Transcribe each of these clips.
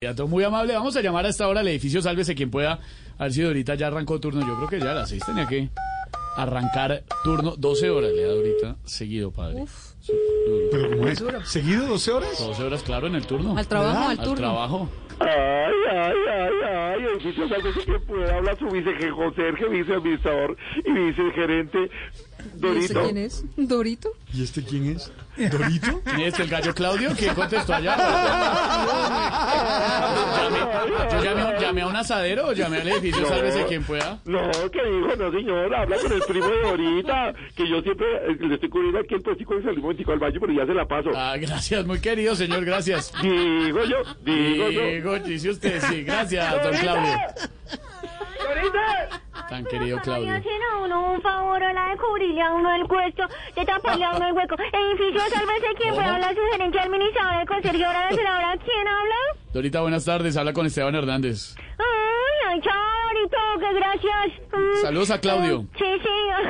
Teatro muy amable. Vamos a llamar a esta hora al edificio Sálvese quien pueda. A ver si ahorita ya arrancó turno. Yo creo que ya a las seis tenía que arrancar turno. 12 horas le da ahorita seguido, padre. Pero como es, seguido 12 horas. 12 horas, claro, en el turno. Al trabajo, al turno. trabajo. Ay, ay, ay, ay, el sitio salvo sí que puede habla su viceconserje, viceadministrador y vicegerente ¿Y ese Dorito. quién es? ¿Dorito? ¿Y este quién es? ¿Dorito? ¿Quién es el gallo Claudio? ¿Quién contestó allá? Yo llamé, a- llamé a un asadero o llamé al edificio Sálvese quien pueda. No, que dijo, no señor, habla con el primo de Dorita, que yo siempre eh, le estoy cubriendo aquí el puestico que salimos un momentico al baño, pero ya se la paso. Ah, gracias, muy querido señor, gracias. Digo yo, digo yo. Digo, dice usted, sí, gracias, don Claudio. Tan querido Claudio. hacen a uno un favor o la de cubrirle a uno el cuesto, de taparle a uno el hueco. Edificio, sálvese quien pueda hablar, su gerente administrador, el conserje, ahora la ahora ¿quién habla? Dorita, buenas tardes, habla con Esteban Hernández. Ay, ay, chao, bonito, que gracias. Mm, Saludos a Claudio. Sí, sí.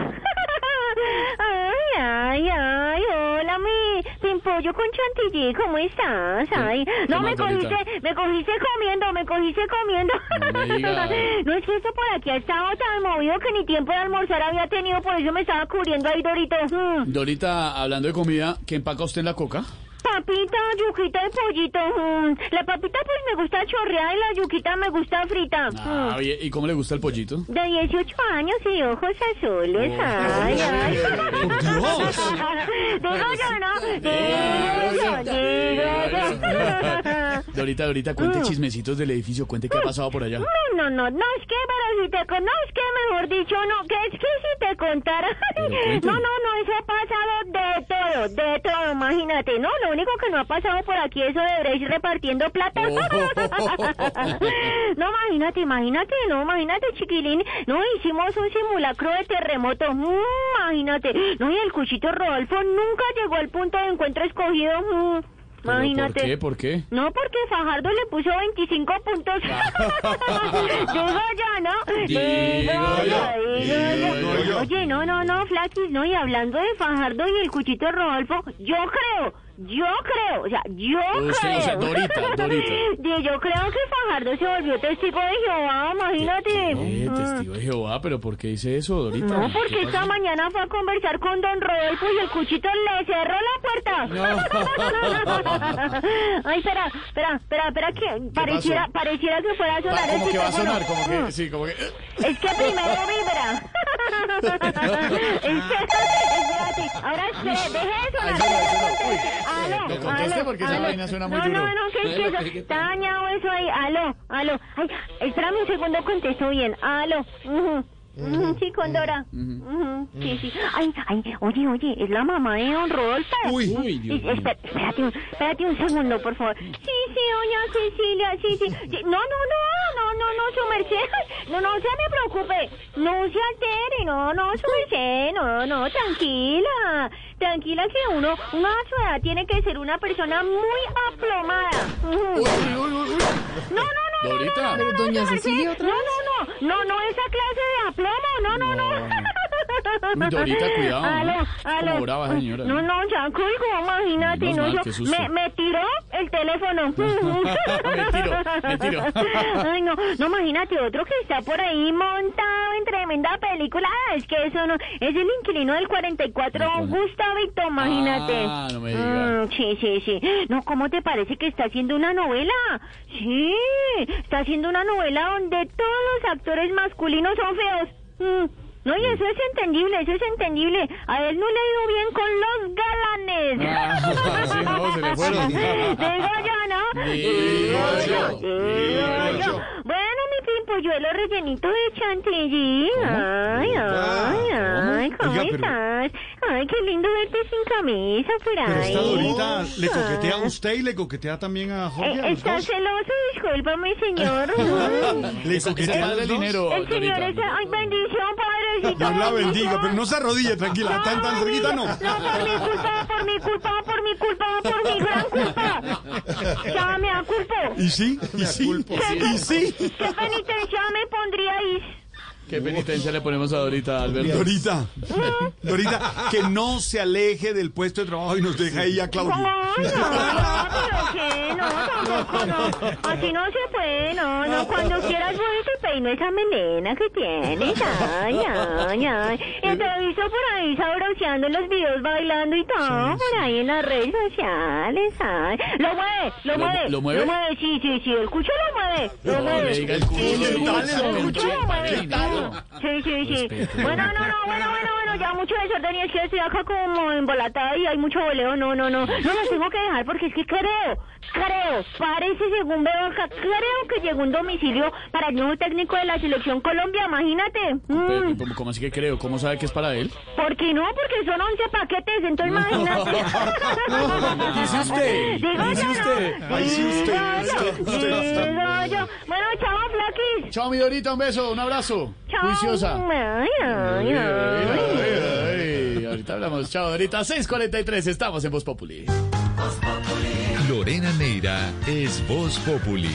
Ay, ay, ay, hola, mi pimpollo con chantilly, ¿cómo estás? Ay, no, más, me cogiste, Dorita? me cogiste comiendo, me cogiste comiendo. No me digas. No, es que esto por aquí ha estado tan movido que ni tiempo de almorzar había tenido, por eso me estaba cubriendo ahí, Dorito. Mm. Dorita, hablando de comida, ¿qué empaca usted en la coca? Papita, yuquita y pollito. mm. La papita pues me gusta chorreada y la yuquita me gusta frita. Mm. Ah, bien, ¿y cómo le gusta el pollito? De 18 años y ojos azules. Ay, ay. Digo yo, ¿no? Digo yo, digo yo. Dorita, Dorita, Ah. cuente chismecitos del edificio, cuente qué ha pasado por allá. No, no, no, no, es que, pero si te con- no, es que mejor dicho, no, que es que si te contara. cuente. No, no, no, eso ha pasado de todo, de todo, imagínate. No, lo único que no ha pasado por aquí es Odebrecht repartiendo plata. No, imagínate, imagínate, no, imagínate, chiquilín. No, hicimos un simulacro de terremoto, mm, imagínate. No, y el cuchito Rodolfo nunca llegó al punto de encuentro escogido, mm, Pero, imagínate. ¿Por qué? ¿Por qué? No, porque Fajardo le puso 25 puntos. digo yo, ¿no? Ah. Digo yo, digo yo. Oye, no, no, no, Flaquis, no. Y hablando de Fajardo y el cuchito Rodolfo, yo creo, yo creo, o sea, yo Usted, creo. o sea, Dorita, Dorita. Di- yo creo que Fajardo se volvió testigo de Jehová, imagínate. Eh, Mm. testigo de Jehová, pero ¿por qué dice eso, Dorita? No, ¿Qué porque esta pasó? mañana fue a conversar con don Rodolfo y el cuchito le cerró la puerta. Ay, espera, espera, espera, espera, que pareciera, pasó? pareciera que fuera a Ah, sonar el Mm. Como que va a citáfono. sonar, como que, sí, como que... Es que primero vibra. Espérate, espérate. Ahora espere, deje de sonar. Ahí sonó, ahí sonó. Uy, Aló, no conteste aló, porque esa aló. vaina suena muy no, duro. No, no, que es que eso, está dañado eso ahí. Aló, aló. Ay, espérame un segundo, contesto bien. Aló. ujú, Eh, ujú, Sí, Condora. Ujú, Sí, sí. Ay, ay, oye, oye, es la mamá de don Rodolfo. Uy, uy, Dios Y- mío. espera- Espérate, un- espérate un segundo, por favor. Sí, sí, doña Cecilia, sí, sí. Sí, No, no, no, no, no, no, su merced. No, no se me preocupe. No se altere, no, no, su merced. No, no, tranquila. Tranquila que uno, una a su edad tiene que ser una persona muy aplomada. Ujú. Uy, uy, uy, uy. No, no, no. Dorita. Ah. Pero doña Cecilia otra No, vez. no, no, no, no, esa clase de aplomo, no, no, no. Uy, Dorita, cuidado, ¿no? Aló, aló. Como brava señora. No, no, ya colgó, imagínate. Menos No, mal, yo- qué susto. Me, me tiró el teléfono. Me tiró, me tiró. Ay, no, no, imagínate, otro que está por ahí montado en tremenda película. Ah, Es que eso no, es el inquilino del 44, No, con- Gustavito, imagínate. Ah, no me digas. Mm, Sí, sí, sí. No, ¿cómo te parece que está haciendo una novela? Sí, está haciendo una novela donde todos los actores masculinos son feos. Mm, No, y eso es entendible, eso es entendible. A él no le ha ido bien con los galanes. Ah, sí, no, se le fueron. Digo yo, ¿no? Digo yo, Digo yo. Bueno, mi pimpolluelo rellenito de chantilly. Ay, ay, Ah, ay, ¿cómo Oiga, pero- estás? Ay, qué lindo verte sin camisa por ahí. Pero esta Dorita le coquetea a usted y le coquetea también a Jorge. a Eh, los Está dos. celoso, discúlpame, señor. Mm. Esa- esa Le es coquetea a parte los del dos. dinero, El señor Dorita. es... Ay, bendición, padrecito. Dios la bendiga, pero no se arrodille, No, tranquila. Tan, tan por mi- cerquita no. No, por mi culpa, por mi culpa, por mi culpa, por mi gran culpa. Ya me aculpo. ¿Y sí? ¿Y sí? ¿Y sí? ¿Qué penitencia me pondríais? ¿Qué penitencia le ponemos a Dorita, Alberto? Dorita, Dorita, que no se aleje del puesto de trabajo y nos deja ahí a ¿Cómo? Claudio. No, pero qué, no, tampoco, no. Así no se puede, no, no. Cuando quieras voy y te peino esa melena que tienes. Ay, ay, ay. Y te he visto por ahí sabroseando en los videos, bailando y todo, por ahí en las redes sociales, ay. Lo mueve, lo, ¿Lo- mueve. lo mueve? Lo mueve, sí, sí, sí. El cucho lo mueve. Lo No, mueve. me diga el culo, Sí, el el culo, cucho lo mueve. el claro. culo. Sí, sí, sí. Respete. Bueno, no, no, bueno, bueno, bueno, ya mucho desorden y es que estoy acá como embolatada y hay mucho voleo, no, no, no. No los tengo que dejar porque es que creo, creo, parece según veo acá, creo que llegó un domicilio para el nuevo técnico de la selección Colombia, imagínate. Pero, Mm, ¿cómo- ¿Cómo así que creo? ¿Cómo sabe que es para él? ¿Por qué no? Porque son 11 paquetes, entonces imagínate. Dice usted, Digo dice yo, usted, ¿no? ahí sí usted, Digo yo, usted, usted. digo yo. Bueno, chao, Flaquis. Chao, mi Dorita, un beso, un abrazo. Chao. Juiciosa. Ay, ay, ay. Ay, ay, ay. Ahorita hablamos. Chao, Dorita. 6.43, estamos en Voz Populi. Lorena Neira es Voz Populi.